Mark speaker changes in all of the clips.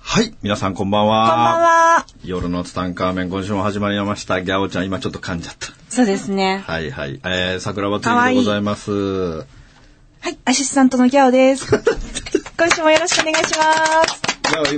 Speaker 1: はい、皆さんこんばんは。
Speaker 2: こんばんは。
Speaker 1: 夜のツタンカーメン、今週も始まりました。ギャオちゃん、今ちょっと噛んじゃっ
Speaker 2: そうですね
Speaker 1: た。。はいはい。えー、桜庭つゆでございます。
Speaker 2: はい、アシスタントのギャオ です。今週もよろしくお願いします。
Speaker 1: ギャオ、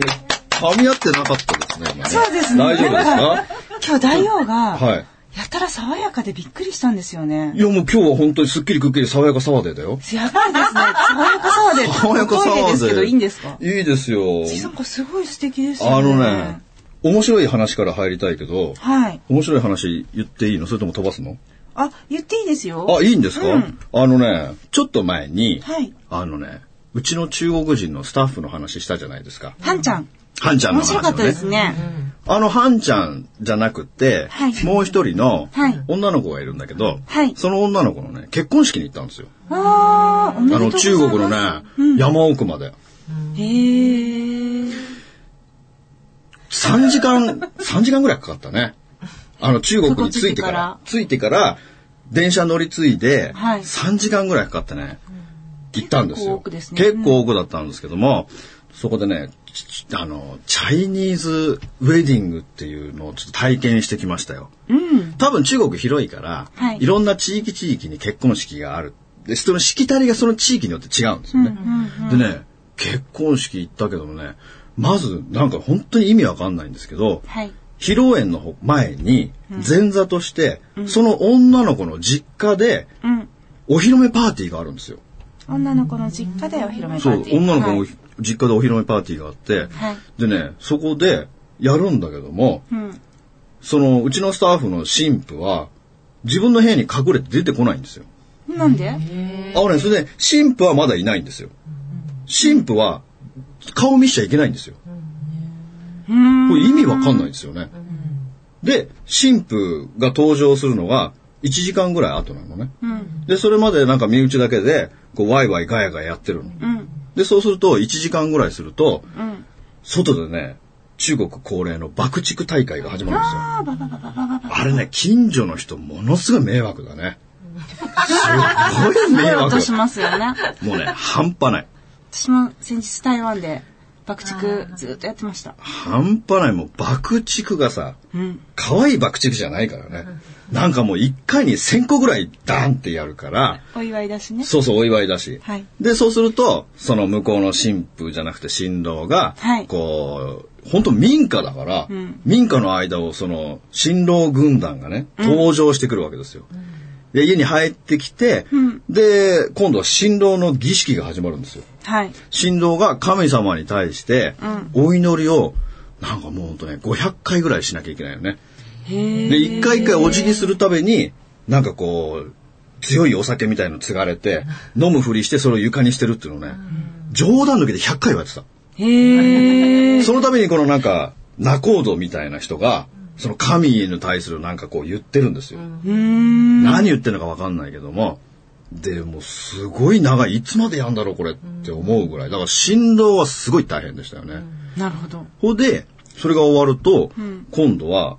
Speaker 1: 今、噛み合ってなかったですね。今ね
Speaker 2: そうですね
Speaker 1: 大丈夫です
Speaker 2: 今日大王
Speaker 1: か
Speaker 2: が、
Speaker 1: はい。
Speaker 2: やたら爽やかでびっくりしたんですよね
Speaker 1: い。や、もう今日は本当にすっきりくっきり爽やかサワデーだよ。
Speaker 2: やばいですね。爽やかさわで。
Speaker 1: 爽やかサワデ
Speaker 2: トイ
Speaker 1: ー。
Speaker 2: レですけどいいんですか
Speaker 1: いいですよ。
Speaker 2: なんかすごい素敵です
Speaker 1: あ
Speaker 2: よね。
Speaker 1: のね、面白い話から入りたいけど、
Speaker 2: はい。
Speaker 1: 面白い話言っていいのそれとも飛ばすの
Speaker 2: あ、言っていいですよ。
Speaker 1: あ、いいんですか、
Speaker 2: うん
Speaker 1: あのね、ちょっと前に、
Speaker 2: はい
Speaker 1: あのね、うちの中国人のスタッフの話したじゃないですか。
Speaker 2: ハンちゃん。
Speaker 1: ハンちゃんの
Speaker 2: 面
Speaker 1: 話、ね。
Speaker 2: 白かったですね。
Speaker 1: あのハンちゃんじゃなくて、
Speaker 2: はい
Speaker 1: もう一人の
Speaker 2: はい
Speaker 1: 女の子がいるんだけど、
Speaker 2: はい
Speaker 1: その女の子のね、結婚式に行ったんですよ。
Speaker 2: わー、おめで
Speaker 1: あ
Speaker 2: とうござい
Speaker 1: の
Speaker 2: ます。
Speaker 1: 中国のね、山奥まで。
Speaker 2: へー。
Speaker 1: 3時間、3時 間ぐらいかかったね。あの中国に着いてから、着いてから、電車乗り継いで、
Speaker 2: はい
Speaker 1: 3時間ぐらいかかってね、行ったんです
Speaker 2: 結構
Speaker 1: よ。
Speaker 2: 多くですね
Speaker 1: 結構多くだったんですけども、そこでね、ちあの、チャイニーズウェディングっていうのをちょっと体験してきましたよ。
Speaker 2: うん。
Speaker 1: 多分中国広いから、
Speaker 2: はい
Speaker 1: い、ろんな地域地域に結婚式がある。で、そのしきたりがその地域によって違うんですよね。でね、結婚式行ったけどもね、まずなんか本当に意味わかんないんですけど、
Speaker 2: はい。
Speaker 1: 披露宴の前に前座として、その女の子の実家で
Speaker 2: うん。
Speaker 1: お披露目パーティーがあるんですよ。
Speaker 2: 女の子の実家でお披露目パーテ
Speaker 1: そ
Speaker 2: ィ
Speaker 1: う
Speaker 2: ー。、
Speaker 1: 女の子の
Speaker 2: はい
Speaker 1: 実家でお披露目パーティーがあって、
Speaker 2: はい
Speaker 1: でね、そこでやるんだけども、
Speaker 2: うん。
Speaker 1: そのうちのスタッフの神父は自分の部屋に隠れて出てこないんですよ。
Speaker 2: なんで
Speaker 1: あのね、それで、神父はまだいないんですよ。神父は、顔見しちゃいけないんですよ。これ意味わかんないですよね。で、神父が登場するのが、1時間ぐらい後なのね。
Speaker 2: うん。
Speaker 1: で、それまでなんか身内だけで、こう、ワイワイガヤガヤやってるの。
Speaker 2: うん。
Speaker 1: で、そうすると、1時間ぐらいすると、
Speaker 2: うん。
Speaker 1: 外でね、中国恒例の爆竹大会が始まるんですよ。
Speaker 2: あー、ばばばばばばば。
Speaker 1: あれね、近所の人、ものすごい迷惑だ ね。すごい迷惑
Speaker 2: 音。しますよね。
Speaker 1: もうね、半端ない。
Speaker 2: 私も先日台湾で爆竹ずっとやってました。
Speaker 1: 半端ないもう爆竹がさ、
Speaker 2: うん。
Speaker 1: 可愛い爆竹じゃないからね。なんかもう一回に1000個ぐらいダンってやるから、
Speaker 2: お祝いだしね。
Speaker 1: そうそうお祝いだし。
Speaker 2: はい
Speaker 1: で、そうすると、その向こうの神父じゃなくて新郎が、
Speaker 2: はい
Speaker 1: こう、本当民家だから、
Speaker 2: うん
Speaker 1: 民家の間をその新郎軍団がね、登場してくるわけですよ。で、家に入ってきて、
Speaker 2: うん
Speaker 1: で、今度は新郎の儀式が始まるんですよ。
Speaker 2: はい。
Speaker 1: 神道が神様に対してお祈りをなんかもうほんとね500回ぐらいしなきゃいけないよね。
Speaker 2: へえ。
Speaker 1: で一回一回お辞儀するためになんかこう強いお酒みたいの継がれて飲むふりしてそれを床にしてるっていうのをね冗談抜きで100回はやってた。
Speaker 2: へえ。
Speaker 1: そのためにこのなんか仲人みたいな人がその神に対するなんかこう言ってるんですよ。
Speaker 2: うーん。
Speaker 1: 何言ってるのか分かんないけども、でもうすごい長い、いつまでやんだろうこれって思うぐらい。だから振動はすごい大変でしたよね。
Speaker 2: なるほど。
Speaker 1: ほ、んで、それが終わると、
Speaker 2: うん
Speaker 1: 今度は、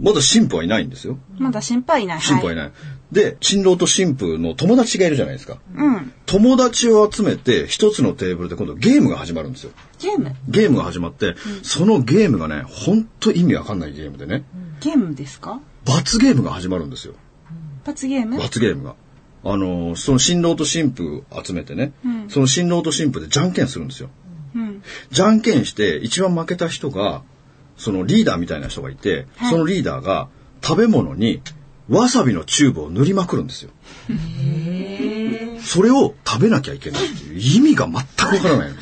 Speaker 1: まだ神父はいないんですよ。
Speaker 2: まだ心配ない。
Speaker 1: 神父はいない。で、新郎と神父の友達がいるじゃないですか。
Speaker 2: うん。
Speaker 1: 友達を集めて、一つのテーブルで今度ゲームが始まるんですよ。
Speaker 2: ゲーム
Speaker 1: ゲームが始まって、そのゲームがね、ほんと意味わかんないゲームでね、
Speaker 2: ゲームですか
Speaker 1: 罰ゲームが始まるんですよ。
Speaker 2: 罰ゲーム
Speaker 1: 罰ゲームが。あのーその新郎と新婦集めてね、
Speaker 2: うん
Speaker 1: その新郎と新婦でじゃんけんするんですよ。
Speaker 2: うん。
Speaker 1: じゃんけんして、一番負けた人が、そのリーダーみたいな人がいて、
Speaker 2: はい
Speaker 1: そのリーダーが食べ物にわさびのチューブを塗りまくるんですよ。それを食べなきゃいけないっていう意味が全くわからないの。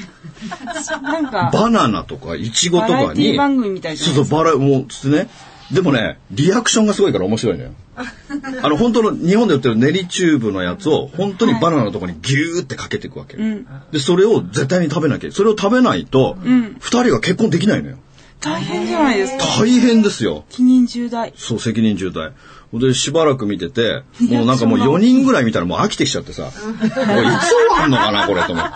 Speaker 2: なんか、
Speaker 1: バナナとかイチゴと
Speaker 2: バラ
Speaker 1: か
Speaker 2: エティ
Speaker 1: に、
Speaker 2: 番組みたいじゃ
Speaker 1: そ
Speaker 2: な
Speaker 1: う
Speaker 2: い
Speaker 1: そ
Speaker 2: で
Speaker 1: う、
Speaker 2: すか。
Speaker 1: バラ、もう、つってね。でもね、リアクションがすごいから面 白いのよ。あの、本当の、日本で売ってる練りチューブのやつを、本当にバナナのとこにギューってかけていくわけ。
Speaker 2: ん
Speaker 1: で、それを絶対に食べなきゃ。それを食べないと、二、人が結婚できないのよ。
Speaker 3: 大変じゃないですか。
Speaker 1: 大変ですよ。
Speaker 3: 責任重大。
Speaker 1: そう、責任重大。で、しばらく見てて、もうなんかもう4人ぐらい見たらもう飽きてきちゃってさ、もういつ終わんのかな、これと思って。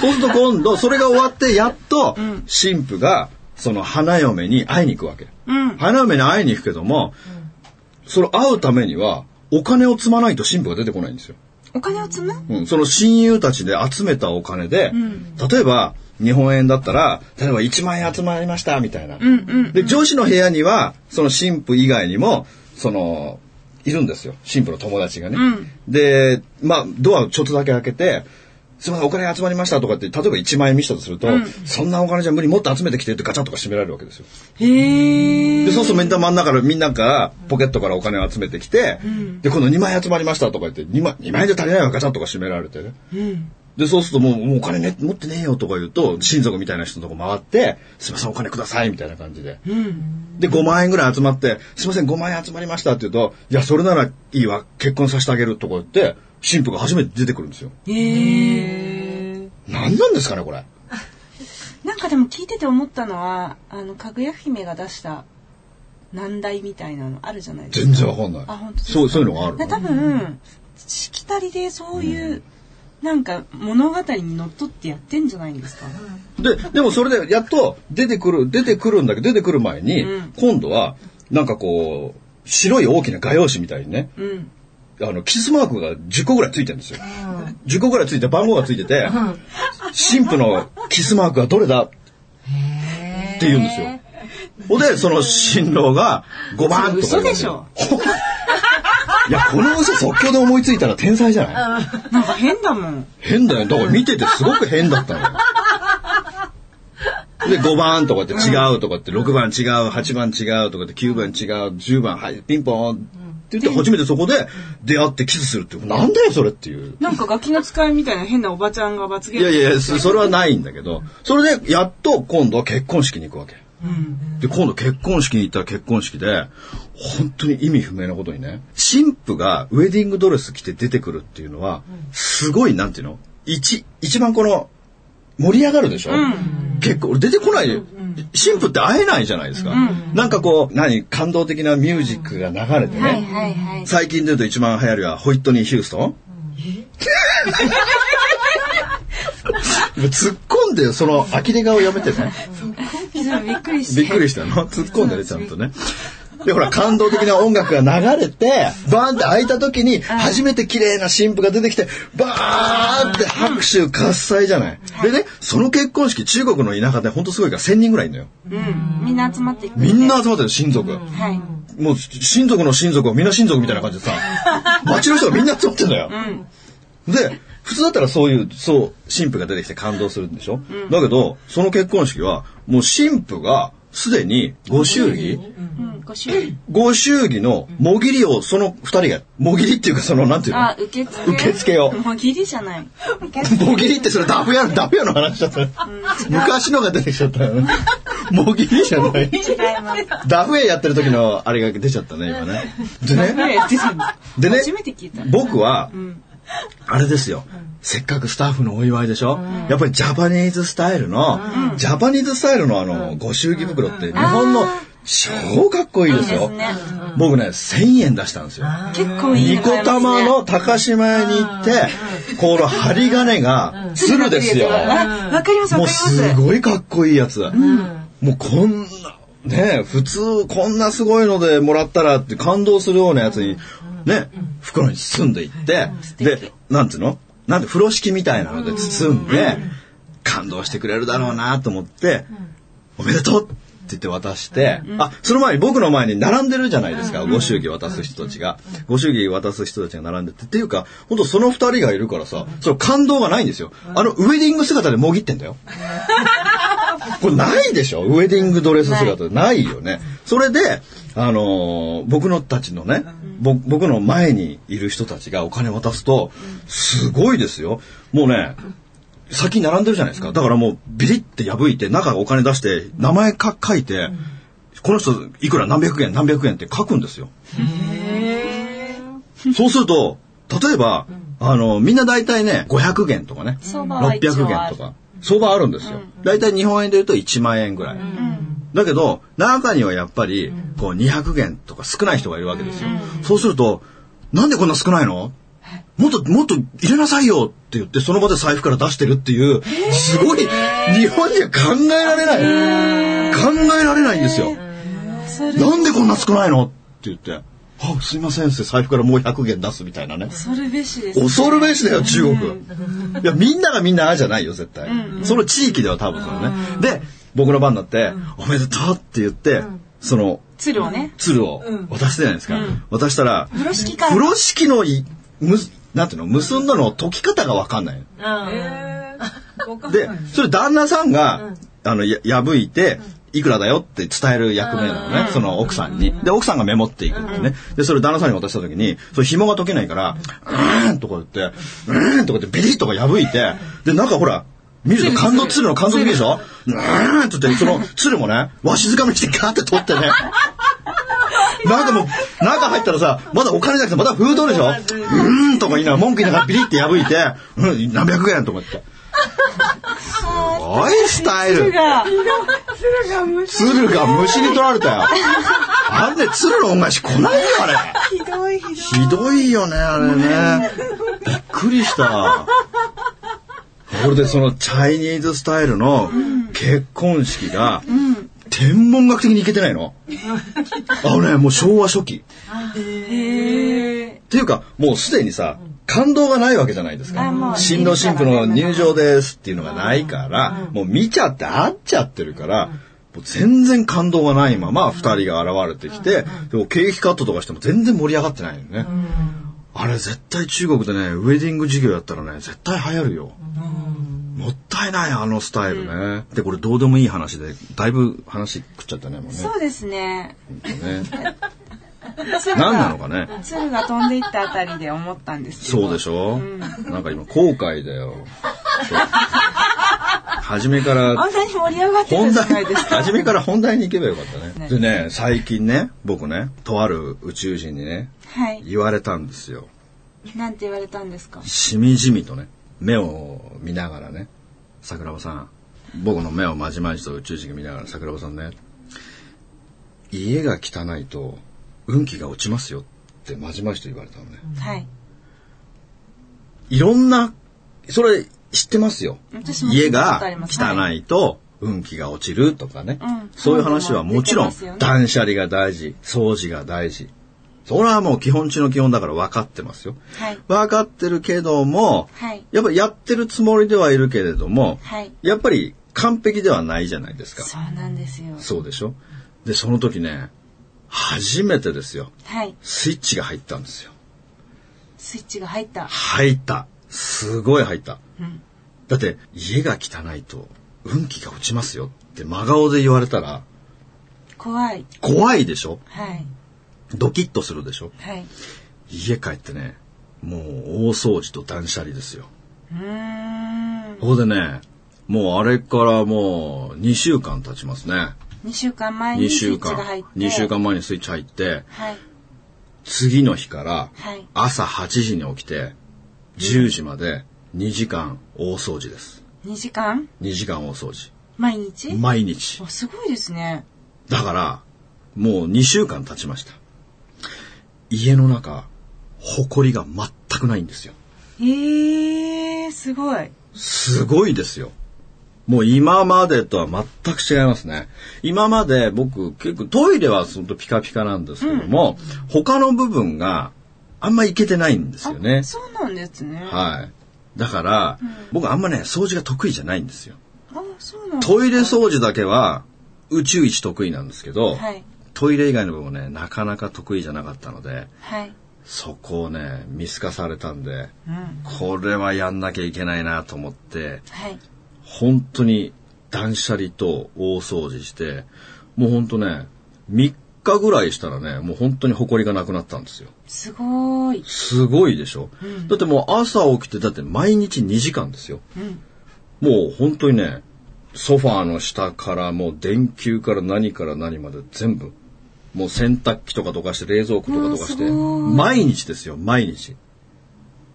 Speaker 1: そうすると今度、それが終わって、やっと、神父が、その花嫁に会いに行くわけ。
Speaker 3: うん。
Speaker 1: 花嫁に会いに行くけども、その会うためには、お金を積まないと神父が出てこないんですよ。
Speaker 3: お金を積む
Speaker 1: うん、その親友たちで集めたお金で、例えば日本円だったら例えば1万円集まりましたみたいな、
Speaker 3: うんうん。
Speaker 1: で上司の部屋にはその神父以外にもそのいるんですよ神父の友達がね、
Speaker 3: うん
Speaker 1: でまあドアをちょっとだけ開けて「すいませんお金集まりました」とかって例えば1万円見せたとすると、そんなお金じゃ無理もっと集めてきてってガチャッとか閉められるわけですよ
Speaker 3: へえ。
Speaker 1: でそうすると目ん玉の中からみんながポケットからお金を集めてきて、で今度2万円集まりましたとか言って2万 ,2 万円じゃ足りないわガチャッとか閉められてね、
Speaker 3: うん。
Speaker 1: で、そうするともう、もうお金ね、持ってねえよとか言うと、親族みたいな人のとこ回って、すいません、お金ください、みたいな感じで。
Speaker 3: うん。
Speaker 1: で、5万円ぐらい集まって、すいません、5万円集まりましたって言うと、いや、それならいいわ、結婚させてあげるとか言って、新婦が初めて出てくるんですよ。
Speaker 3: へえ。
Speaker 1: 何なんですかね、これ。
Speaker 3: なんかでも聞いてて思ったのは、あの、かぐや姫が出した難題みたいなのあるじゃないですか。
Speaker 1: 全然わかんない。
Speaker 3: あ本当ですか
Speaker 1: そう、そういうのがある
Speaker 3: で多分、しきたりでそういう、なんか物語にのっとってやってんじゃないんですか。
Speaker 1: で、でもそれで、やっと出てくる、出てくるんだけど、出てくる前に、
Speaker 3: うん
Speaker 1: 今度は、なんかこう、白い大きな画用紙みたいにね、
Speaker 3: うん。
Speaker 1: あの、キスマークが10個ぐらいついてるんですよ。10個ぐらいついて、番号がついてて、神父のキスマークはどれだって言うんですよ。ほんで、その新郎が5番とか。
Speaker 3: それ嘘でしょ。
Speaker 1: いや、この嘘即興で思いついたら天才じゃない
Speaker 3: なんか変だもん。
Speaker 1: 変だよ。だから見ててすごく変だったのよ。で、5番とかって違うとかって、6番違う、8番違うとかって、9番違う、10番、はい、ピンポンって言って、初めてそこで出会ってキスするって、なんだよ、それっていう。
Speaker 3: なんかガキの使いみたいな変なおばちゃんが罰ゲー
Speaker 1: い
Speaker 3: ム。
Speaker 1: やいやいや、そそれはないんだけど、それでやっと今度は結婚式に行くわけ。
Speaker 3: うん。
Speaker 1: で、今度結婚式に行ったら結婚式で、本当に意味不明なことにね、新婦がウェディングドレス着て出てくるっていうのは、すごい、なんていうの一、一番この、盛り上がるでしょ、結構、出てこない、新婦って会えないじゃないですか。なんかこう、何、感動的なミュージックが流れてね、
Speaker 2: はいはいはい。
Speaker 1: 最近で言うと一番流行りはホイットニー・ヒュース トン、突っ込んで その呆れ顔やめてね
Speaker 3: びっくりし
Speaker 1: びっくりしたの突っ込んでねちゃんとねでほら感動的な音楽が流れてバーンって開いた時に初めて綺麗な新婦が出てきてバーンって拍手喝采じゃないでねその結婚式中国の田舎でほんとすごいから1,000人ぐらいいるのよ
Speaker 3: た。うん。みんな集まっていく。
Speaker 1: みんな集まってる親族、
Speaker 3: はい。
Speaker 1: もう親族の親族はみんな親族みたいな感じで さ、街の人がみんな集まってんだよ。で、普通だったらそういう、そう、神父が出てきて感動するんでしょ、だけど、その結婚式は、もう神父がすでにご祝儀、
Speaker 3: うん。ご主人。
Speaker 1: ご祝儀のもぎりをその二人が、もぎりっていうかその、なんていうの
Speaker 3: あ、受付。
Speaker 1: 受付を
Speaker 3: もうギリじゃない。
Speaker 1: もぎりってそれダフ屋、ダフ屋の話だったよ。昔のが出てきちゃった よね。もぎりじゃない。
Speaker 3: 違います。
Speaker 1: ダフ屋やってる時のあれが出ちゃったね、今ね。でね。
Speaker 3: 誰やってたの
Speaker 1: でね
Speaker 3: 初めて聞いた。
Speaker 1: 僕は、あれですよ、せっかくスタッフのお祝いでしょ、やっぱりジャパニーズスタイルの、ジャパニーズスタイルのあの、ご祝儀袋って日本の超かっこいいですよ。
Speaker 3: いいですね
Speaker 1: 僕ね、1000円出したんですよ。
Speaker 3: 結構いい
Speaker 1: ニ
Speaker 3: の買
Speaker 1: コ
Speaker 3: いますね
Speaker 1: 玉の高島屋に行って、この針金が鶴ですよ。
Speaker 3: あわかりますわ
Speaker 1: も
Speaker 3: か
Speaker 1: う
Speaker 3: りますす。
Speaker 1: ごいかっこいいやつ。もうこんな、ねえ普通こんなすごいのでもらったらって感動するようなやつに、ね、袋に包んでいって、で、なんていうのなんで風呂敷みたいなので包んで、感動してくれるだろうなと思って、おめでとうって言って渡して、あ、その前に僕の前に並んでるじゃないですか、ご祝儀渡す人たちが。ご祝儀渡す人たちが並んでて、っていうか、本当その二人がいるからさ、その感動がないんですよ。あの、ウェディング姿でもぎってんだ よ。これないでしょウェディングドレス姿ないよね。それで、あのー僕のたちのね、ぼ僕の前にいる人たちがお金渡すと、すごいですよ。もうね、先に並んでるじゃないですか。だからもうビリって破いて、中お金出して、名前か書いて、この人いくら何百円何百円って書くんですよ。そうすると、例えば、あの、みんな大体ね、500元とかね、
Speaker 3: 相場は一応
Speaker 1: 600元とか、相場あるんですよ。大体日本円で言うと1万円ぐらい。
Speaker 3: うん。
Speaker 1: だけど中にはやっぱりこう200元とか少ない人がいるわけですよ。そうすると「なんでこんな少ないのもっともっと入れなさいよ」って言ってその場で財布から出してるっていうすごい日本じゃ考えられない考えられないんですよ。
Speaker 3: それ
Speaker 1: なんでこんな少ないのって言って「あすいません」って財布からもう100元出すみたいなね。
Speaker 3: 恐るべしですね
Speaker 1: 恐るべしだよ中国、いやみんながみんなああじゃないよ絶対、その地域では多分そのね、で僕の番になって「おめでとう」って言って、その
Speaker 3: 鶴をね
Speaker 1: 鶴を渡すじゃないですか、渡したら
Speaker 3: 風呂敷から
Speaker 1: 風呂敷のいむなんていうの結んだの解き方が分かんないでそれ旦那さんが、あのや破いて、いくらだよって伝える役目なのね、その奥さんに。で、奥さんがメモっていくんだよね。で、それ旦那さんに渡した時に、それ紐が解けないから、うーんとか言って、うーんとか言って、ビリッとか破いて、で、なんかほら、見ると感動、鶴の感動的でしょうーんって言って、その鶴もね、わしづかみにしてガーって取ってね。なんかもう、中入ったらさ、まだお金じゃなくて、まだ封筒でしょうーんとか言いながら、文句言いながらビリッて破いて、うん、何百円とか言って。すごいスタイル。
Speaker 3: が
Speaker 1: 鶴が虫に取られたよ。あれね、鶴の恩返し来ないよ、あれ。
Speaker 3: ひどいひどい
Speaker 1: ひどいよね、あれね。びっくりした。これでそのチャイニーズスタイルの結婚式が、天文学的にいけてないの。あのね、もう昭和初期。っていうか、もうすでにさ、感動がないわけじゃないです
Speaker 3: あも
Speaker 1: か。
Speaker 3: う
Speaker 1: 新郎新婦の入場ですっていうのがないから、もう見ちゃって会っちゃってるから、もう全然感動がないまま二人が現れてきて、でもケーキカットとかしても全然盛り上がってないよね。あれ絶対中国でね、ウェディング事業やったらね、絶対流行るよ。もったいない、あのスタイルね。で、これどうでもいい話で、だいぶ話食っちゃったね、もうね。
Speaker 3: そうですね
Speaker 1: ね
Speaker 3: 鶴
Speaker 1: 何なの
Speaker 3: が
Speaker 1: かね。
Speaker 3: 鶴が飛んでいったあたりで思ったんですけど
Speaker 1: そうでしょ、なんか今後悔だよ。そう初めから
Speaker 3: あんなに盛り上がってた
Speaker 1: 本
Speaker 3: じゃない
Speaker 1: 題、
Speaker 3: ですか
Speaker 1: 初めから本題に行けばよかったね。
Speaker 3: ね
Speaker 1: でね、最近ね、僕ね、とある宇宙人にね、
Speaker 3: はい
Speaker 1: 言われたんですよ。
Speaker 3: なんて言われたんですか
Speaker 1: しみじみとね、目を見ながらね、桜庭さん、僕の目をまじまじと宇宙人が見ながら、桜庭さんね、家が汚いと運気が落ちますよってまじまじと言われたのね。
Speaker 3: はい
Speaker 1: いろんな、それ知ってますよ。
Speaker 3: 私も聞
Speaker 1: 家
Speaker 3: いたことあり
Speaker 1: が
Speaker 3: ます
Speaker 1: 汚いと運気が落ちるとかね、
Speaker 3: うん
Speaker 1: そういう話はもちろ
Speaker 3: 出てますよ
Speaker 1: ん
Speaker 3: ね
Speaker 1: 断捨離が大事掃除が大事それはもう基本中の基本だから分かってますよ
Speaker 3: はい
Speaker 1: 分かってるけども、
Speaker 3: はい
Speaker 1: やっぱりやってるつもりではいるけれども、
Speaker 3: はい
Speaker 1: やっぱり完璧ではないじゃないですか
Speaker 3: そうなんですよ
Speaker 1: そうでしょでその時ね初めてですよ
Speaker 3: はい
Speaker 1: スイッチが入ったんですよ
Speaker 3: スイッチが入った
Speaker 1: 入ったすごい入った、
Speaker 3: うん
Speaker 1: だって家が汚いと運気が落ちますよって真顔で言われたら
Speaker 3: 怖い
Speaker 1: 怖いでしょ
Speaker 3: はい
Speaker 1: ドキッとするでしょ
Speaker 3: はい
Speaker 1: 家帰ってねもう大掃除と断捨離ですよ
Speaker 3: うーん
Speaker 1: ここでねもうあれからもう2週間経ちますね
Speaker 3: 2週間前
Speaker 1: 2
Speaker 3: にスイ
Speaker 1: 週
Speaker 3: ッチ
Speaker 1: 間
Speaker 3: が入って
Speaker 1: 2週間前にスイッチ入って
Speaker 3: はい
Speaker 1: 次の日から
Speaker 3: はい
Speaker 1: 朝8時に起きて10時まで2時間大掃除です
Speaker 3: 2時間
Speaker 1: 2時間大掃除
Speaker 3: 毎日
Speaker 1: 毎日
Speaker 3: あすごいですね
Speaker 1: だから、もう2週間経ちました。家の中、埃が全くないんですよ。
Speaker 3: えー、すごい
Speaker 1: すごいですよ。もう今までとは全く違いますね。今まで僕結構トイレはほんとピカピカなんですけども、他の部分があんまいけてないんですよね
Speaker 3: あ。そうなんですねあ
Speaker 1: はい。だから、僕あんまね、掃除が得意じゃないんですよ。
Speaker 3: そうなん
Speaker 1: トイレ掃除だけは宇宙一得意なんですけど、
Speaker 3: はい
Speaker 1: トイレ以外の部分はね、なかなか得意じゃなかったので、
Speaker 3: はい
Speaker 1: そこをね、見透かされたんで、
Speaker 3: うん
Speaker 1: これはやんなきゃいけないなと思って、
Speaker 3: はい
Speaker 1: 本当に断捨離と大掃除して、もう本当ね、3日ぐらいしたらね、もう本当に埃がなくなったんですよ。
Speaker 3: すごーい
Speaker 1: すごいでしょ、だってもう朝起きて、だって毎日2時間ですよ。もう本当にね、ソファーの下からもう電球から何から何まで全部、もう洗濯機とかとかして冷蔵庫とかとかして、
Speaker 3: うわーすごい
Speaker 1: 毎日ですよ、毎日。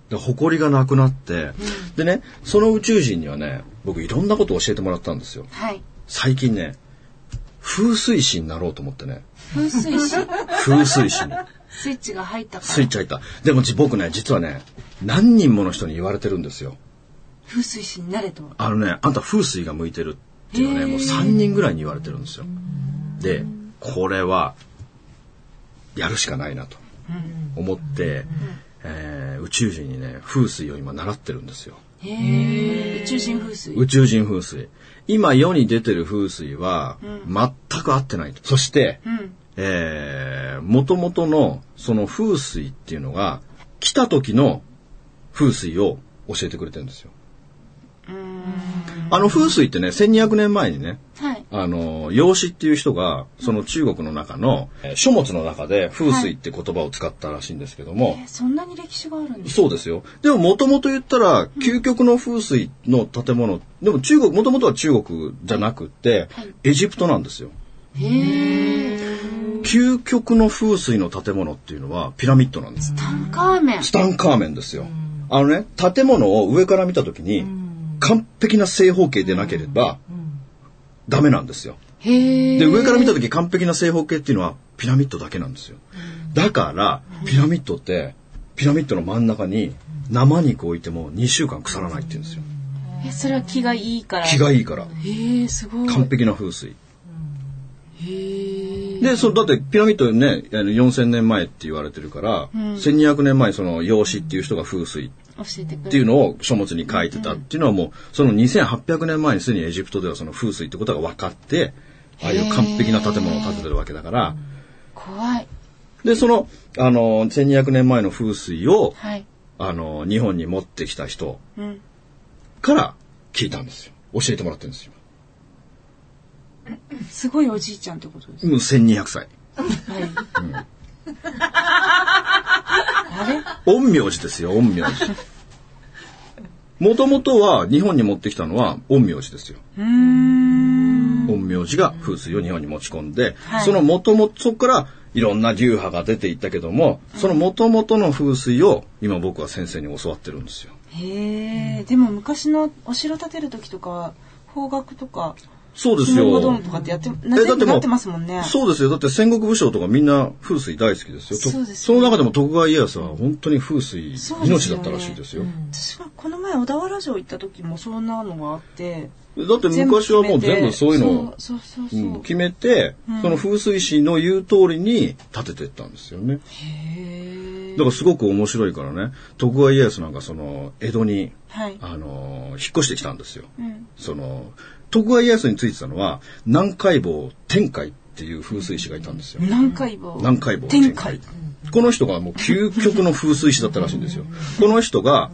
Speaker 1: で、埃がなくなって、でね、その宇宙人にはね、僕いろんなことを教えてもらったんですよ。
Speaker 3: はい
Speaker 1: 最近ね、風水師になろうと思ってね。
Speaker 3: 風水 師
Speaker 1: 風水師に。
Speaker 3: スイッチが入ったから
Speaker 1: スイッチ入った。でもじ僕ね、実はね、何人もの人に言われてるんですよ。
Speaker 3: 風水師になれと
Speaker 1: あのね、あんた風水が向いてるっていうのはね、もう3人ぐらいに言われてるんですよ。で、これは、やるしかないなと思って、えー宇宙人にね、風水を今習ってるんですよ。
Speaker 3: へえ宇宙人風水
Speaker 1: 宇宙人風水。今世に出てる風水は、全く合ってないと。そして、
Speaker 3: うん
Speaker 1: えー、元々のその風水っていうのが、来た時の風水を教えてくれてるんですよ。あの風水ってね、1200年前にね、
Speaker 3: はい
Speaker 1: あの、養子っていう人が、その中国の中の、えー書物の中で風水って言葉を使ったらしいんですけども、
Speaker 3: えそんなに歴史があるんです
Speaker 1: そうですよ。でも、もともと言ったら、究極の風水の建物、でも中国、もともとは中国じゃなくって、エジプトなんですよ。究極の風水の建物っていうのは、ピラミッドなんです。
Speaker 3: タンカーメン
Speaker 1: ツタンカーメンですよ。あのね、建物を上から見たときに、完璧な正方形でなければ、ダメなんですよ。
Speaker 3: へえ
Speaker 1: で、上から見たとき完璧な正方形っていうのはピラミッドだけなんですよ。だから、ピラミッドって、ピラミッドの真ん中に生肉置いても2週間腐らないって言うんですよ。
Speaker 3: えそれは気がいいから
Speaker 1: 気がいいから。
Speaker 3: へえすごい
Speaker 1: 完璧な風水。で、そのだってピラミッドね、あの4000年前って言われてるから、1200年前その養子っていう人が風水
Speaker 3: 教えてくれる
Speaker 1: っていうのを書物に書いてたっていうのはもう、その2800年前にすでにエジプトではその風水ってことが分かって、ああいう完璧な建物を建ててるわけだから、
Speaker 3: 怖い
Speaker 1: で、その、あの、1200年前の風水を、
Speaker 3: はい
Speaker 1: あの、日本に持ってきた人
Speaker 3: うん
Speaker 1: から聞いたんですよ。教えてもらってるんですよ。
Speaker 3: すごいおじいちゃんってことです
Speaker 1: うん、1200歳。
Speaker 3: はいあれ
Speaker 1: 陰陽師ですよ、陰陽師。もともとは日本に持ってきたのは陰陽師ですよ。
Speaker 3: うーん
Speaker 1: 陰陽師が風水を日本に持ち込んで、
Speaker 3: はい
Speaker 1: その元々、そこからいろんな流派が出ていったけども、その元々の風水を今僕は先生に教わってるんですよ。
Speaker 3: へえでも昔のお城建てる時とかは方角とか
Speaker 1: そうです
Speaker 3: キン
Speaker 1: よ。
Speaker 3: グドームとかってやってな全部なってますもんね
Speaker 1: そうですよ。だって戦国武将とかみんな風水大好きですよ。と
Speaker 3: そうですね
Speaker 1: その中でも徳川家康は本当に風水
Speaker 3: そうですよね
Speaker 1: 命だったらしいですよ。
Speaker 3: 私はこの前小田原城行った時もそんなのがあって
Speaker 1: だって昔はもう全部そういうのを
Speaker 3: そうそうそう
Speaker 1: う
Speaker 3: そうん
Speaker 1: 決めて、その風水師の言う通りに建ててったんですよね。
Speaker 3: へえ
Speaker 1: だからすごく面白いからね、徳川家康なんかその江戸に、
Speaker 3: はい
Speaker 1: あのー引っ越してきたんですよ。
Speaker 3: うん
Speaker 1: その、徳川家康についてたのは、南海坊天海っていう風水師がいたんですよ。
Speaker 3: 南海坊
Speaker 1: 南海坊
Speaker 3: 天海
Speaker 1: この人がもう究極の風水師だったらしいんですよ。この人が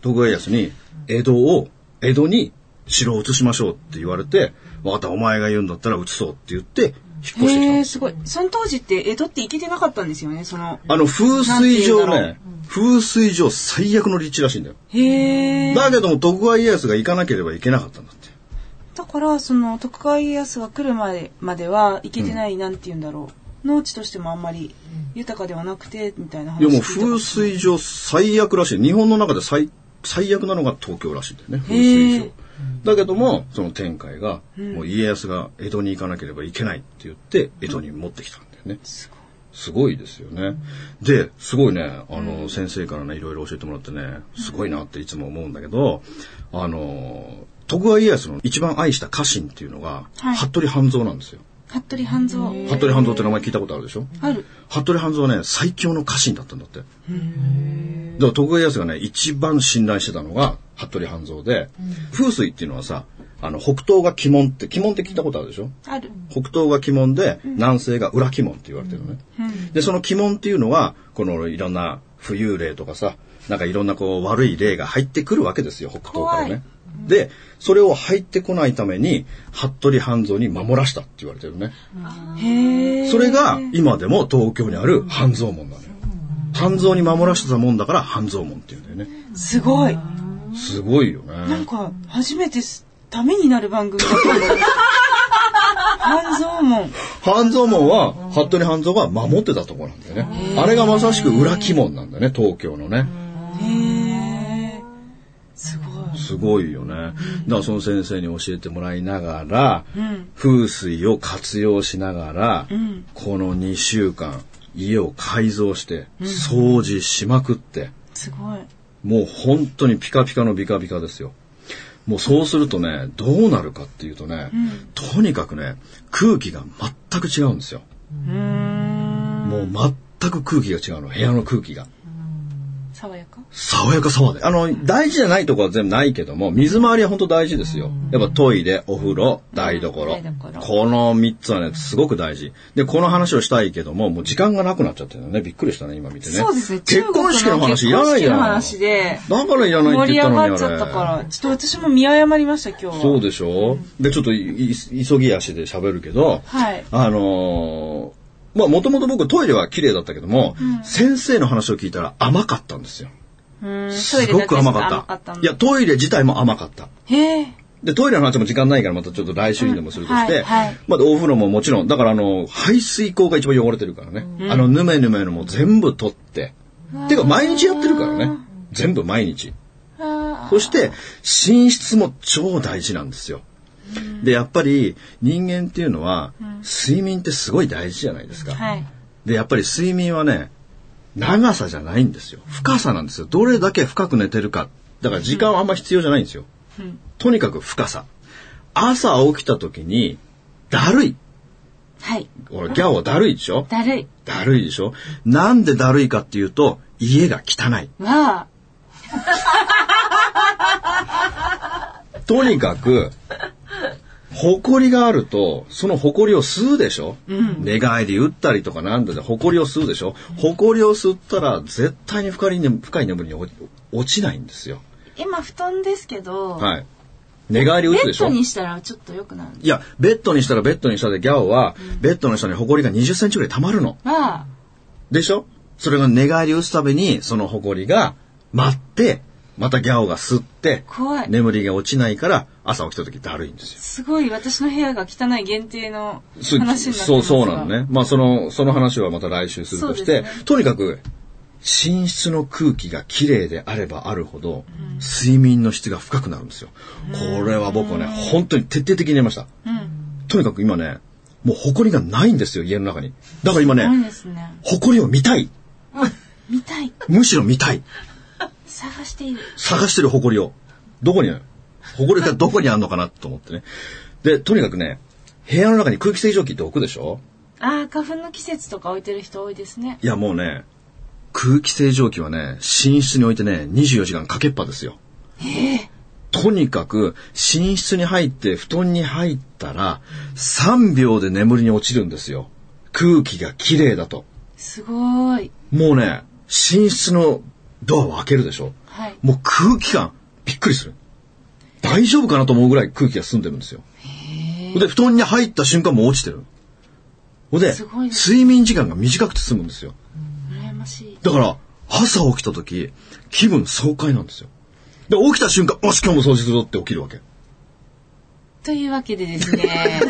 Speaker 1: 徳川家康に江戸を、江戸に城を移しましょうって言われて、わかった、お前が言うんだったら移そうって言って、引っ越してきたんで
Speaker 3: へえ
Speaker 1: す。
Speaker 3: すごいその当時って江戸って行けてなかったんですよねその
Speaker 1: あの、風水上
Speaker 3: なんて言うん
Speaker 1: ね、風水上最悪の立地らしいんだよ。
Speaker 3: へえ
Speaker 1: だけども徳川家康が行かなければいけなかったんだって。
Speaker 3: だからその徳川家康が来るまでまでは行けてない、なんて言うんだろう農地としてもあんまり豊かではなくてみたいな話
Speaker 1: いやもう
Speaker 3: 聞いたこと
Speaker 1: 風水上最悪らしい。日本の中で最、最悪なのが東京らしいんだよね、風水
Speaker 3: へ
Speaker 1: 上
Speaker 3: え。
Speaker 1: だけども、その天海が、もう家康が江戸に行かなければいけないって言って、江戸に持ってきたんだよね。
Speaker 3: すごい
Speaker 1: すごいですよね。で、すごいね、あの、先生からね、いろいろ教えてもらってね、すごいなっていつも思うんだけど、あの、徳川家康の一番愛した家臣っていうのが、
Speaker 3: はい
Speaker 1: 服部半蔵なんですよ。
Speaker 3: 服部半蔵
Speaker 1: 服部半蔵って名前聞いたことあるでしょ
Speaker 3: ある
Speaker 1: 服部半蔵はね、最強の家臣だったんだって。だから徳川家康がね、一番信頼してたのが服部半蔵で、風水っていうのはさ、あの、北東が鬼門って、鬼門って聞いたことあるでしょ
Speaker 3: ある
Speaker 1: 北東が鬼門で、南西が裏鬼門って言われてるのね。で、その鬼門っていうのは、このいろんな浮遊霊とかさ、なんかいろんなこう悪い霊が入ってくるわけですよ、北東から
Speaker 3: 怖い
Speaker 1: ね。で、それを入ってこないために、服部半蔵に守らしたって言われてるね。
Speaker 3: へえ
Speaker 1: それが今でも東京にある半蔵門なのよ。半蔵に守らせてたもんだから半蔵門っていうんだよね。
Speaker 3: すごい
Speaker 1: すごいよ
Speaker 3: なん
Speaker 1: ね。
Speaker 3: か初めてすためになる番組だったんだ半蔵門
Speaker 1: 半蔵門は、服部半蔵が守ってたところなんだよね。あれがまさしく裏鬼門なんだよね、東京のね。
Speaker 3: へえすごい
Speaker 1: すすごいよね。だからその先生に教えてもらいながら、
Speaker 3: ん
Speaker 1: 風水を活用しながら、
Speaker 3: ん
Speaker 1: この2週間、家を改造して、掃除しまくって、
Speaker 3: すごい。
Speaker 1: もう本当にピカピカのビカビカですよ。もうそうするとね、どうなるかっていうとね、とにかくね、空気が全く違うんですよ。
Speaker 3: うーん。
Speaker 1: もう全く空気が違うの、部屋の空気が。
Speaker 3: 爽やか
Speaker 1: 爽やかさまで。あの、大事じゃないとこは全部ないけども、水回りは本当大事ですよ。やっぱトイレ、お風呂、台所。
Speaker 3: 台所
Speaker 1: この3つはね、すごく大事。で、この話をしたいけども、もう時間がなくなっちゃってるのね。びっくりしたね、今見てね。
Speaker 3: そうですね。
Speaker 1: 結婚式の話いらないじゃ
Speaker 3: 中国の
Speaker 1: ない。
Speaker 3: 結婚式の話で、
Speaker 1: だからいらないっ
Speaker 3: 盛
Speaker 1: て
Speaker 3: り
Speaker 1: 言った
Speaker 3: 上
Speaker 1: のにあれ。
Speaker 3: がっちゃったから、ちょっと私も見誤りました、今日は。
Speaker 1: そうでしょ、で、ちょっといい急ぎ足で喋るけど、
Speaker 3: はい
Speaker 1: あのーまあ、もともと僕トイレは綺麗だったけども、先生の話を聞いたら甘かったんですよ。
Speaker 3: うーんトイ
Speaker 1: す
Speaker 3: レだ
Speaker 1: ご
Speaker 3: け
Speaker 1: く甘かった。
Speaker 3: の
Speaker 1: いや、トイレ自体も甘かった。
Speaker 3: へえ。
Speaker 1: で、トイレの話も時間ないからまたちょっと来週にでもするとして、
Speaker 3: うんはいはい
Speaker 1: まあ、お風呂ももちろん、だからあの、排水口が一番汚れてるからね。あの、ぬめぬめのも全部取って。てか、毎日やってるからね。全部毎日。
Speaker 3: あ
Speaker 1: そして、寝室も超大事なんですよ。で、やっぱり人間っていうのは、睡眠ってすごい大事じゃないです
Speaker 3: ー
Speaker 1: か。
Speaker 3: はい。
Speaker 1: で、やっぱり睡眠はね、長さじゃないんですよ。深さなんですよ。どれだけ深く寝てるか。だから時間はあんま必要じゃないんですよ。とにかく深さ。朝起きた時に、だるい。
Speaker 3: はい。
Speaker 1: 俺、ギャオはだるいでしょ
Speaker 3: だるい。
Speaker 1: だるいでしょなんでだるいかっていうと、家が汚い。
Speaker 3: わあ。
Speaker 1: とにかく、埃があると、その埃を吸うでしょ、寝返り打ったりとかなんだで、埃を吸うでしょ埃を吸ったら、絶対に深い眠深い眠りに落落ちないんですよ。
Speaker 3: 今、布団ですけど、
Speaker 1: はい。寝返り打
Speaker 3: ベ
Speaker 1: つで
Speaker 3: ッ
Speaker 1: しょ
Speaker 3: ドにしたらちょっと良くなる。
Speaker 1: いや、ベッドにしたらベッドにしたで、ギャオは、ベッドの下に埃が20センチぐらい溜まるの。
Speaker 3: わあ。
Speaker 1: でしょそれが寝返り打つたびに、その埃が舞って、またギャオが吸って、
Speaker 3: 怖い
Speaker 1: 眠りが落ちないから、朝起きた時だるいんですよ。
Speaker 3: すごい、私の部屋が汚い限定の話
Speaker 1: そ
Speaker 3: に
Speaker 1: う
Speaker 3: なってますが
Speaker 1: そう、そうなの。ね。まあ、その、その話はまた来週するとして、
Speaker 3: そうですね
Speaker 1: とにかく、寝室の空気がきれいであればあるほど、睡眠の質が深くなるんですよ。これは僕はね、本当に徹底的に寝ました。
Speaker 3: うん。
Speaker 1: とにかく今ね、もう埃がないんですよ、家の中に。だから今
Speaker 3: 多い
Speaker 1: ね、
Speaker 3: ですね。
Speaker 1: 埃を見たい。
Speaker 3: 見たい。
Speaker 1: むしろ見たい。
Speaker 3: 探している。
Speaker 1: 探してる埃を。どこにある埃がどこにあるのかなと思ってね。で、とにかくね、部屋の中に空気清浄機って置くでしょ
Speaker 3: ああ、花粉の季節とか置いてる人多いですね。
Speaker 1: いや、もうね、空気清浄機はね、寝室に置いてね、24時間かけっぱですよ。とにかく、寝室に入って、布団に入ったら、3秒で眠りに落ちるんですよ。空気が綺麗だと。
Speaker 3: すごい。
Speaker 1: もうね、寝室のドアを開けるでしょ。
Speaker 3: はい。
Speaker 1: もう空気感、びっくりする。大丈夫かなと思うぐらい空気が澄んでるんですよ。で、布団に入った瞬間もう落ちてる。ほんで、
Speaker 3: すごいね
Speaker 1: 睡眠時間が短くて済むんですよ。
Speaker 3: 羨ましい。
Speaker 1: だから、朝起きた時、気分爽快なんですよ。で、起きた瞬間、よし、今日も掃除するぞって起きるわけ。
Speaker 3: というわけでですね、えー、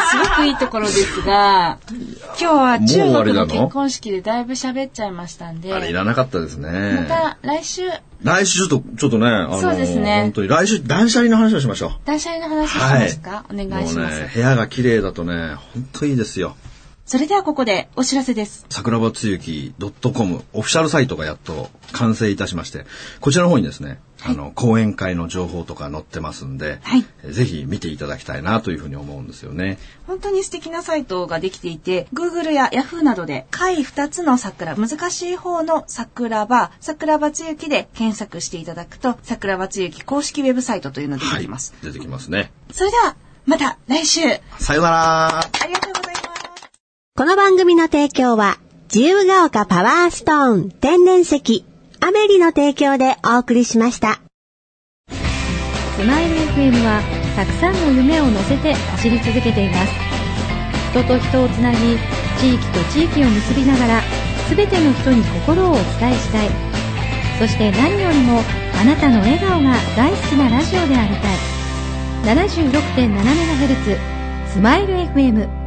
Speaker 3: すごくいいところですが、今日は中国の結婚式でだいぶ喋っちゃいましたんで、
Speaker 1: あれいらなかったですね
Speaker 3: ま。た来週、
Speaker 1: 来週ちょっと、ちょっとね、あの、
Speaker 3: そうですね
Speaker 1: 本当に、来週断捨離の話をしましょう。
Speaker 3: 断捨離の話をし
Speaker 1: は
Speaker 3: ま
Speaker 1: い
Speaker 3: すか、お願いしま
Speaker 1: もう
Speaker 3: す、
Speaker 1: ね、部屋が綺麗だとね、本当いいですよ。
Speaker 3: それではここでお知らせです。
Speaker 1: 桜庭つゆき .com オフィシャルサイトがやっと完成いたしまして、こちらの方にですね、あの、講演会の情報とか載ってますんで、
Speaker 3: はい
Speaker 1: えぜひ見ていただきたいなというふうに思うんですよね。
Speaker 3: 本当に素敵なサイトができていて、Google や Yahoo などで、下位2つの桜、難しい方の桜庭、桜庭つゆきで検索していただくと、桜庭つゆき公式ウェブサイトというのが出てきます。
Speaker 1: 出てきますね。
Speaker 3: それでは、また来週、あ
Speaker 1: さよなら
Speaker 3: りがとうございます。
Speaker 4: この番組の提供は、自由が丘パワーストーン天然石、アメリの提供でお送りしました。
Speaker 5: スマイル FM はたくさんの夢を乗せて走り続けています人と人をつなぎ地域と地域を結びながら全ての人に心をお伝えしたいそして何よりもあなたの笑顔が大好きなラジオでありたい 76.7MHz スマイル FM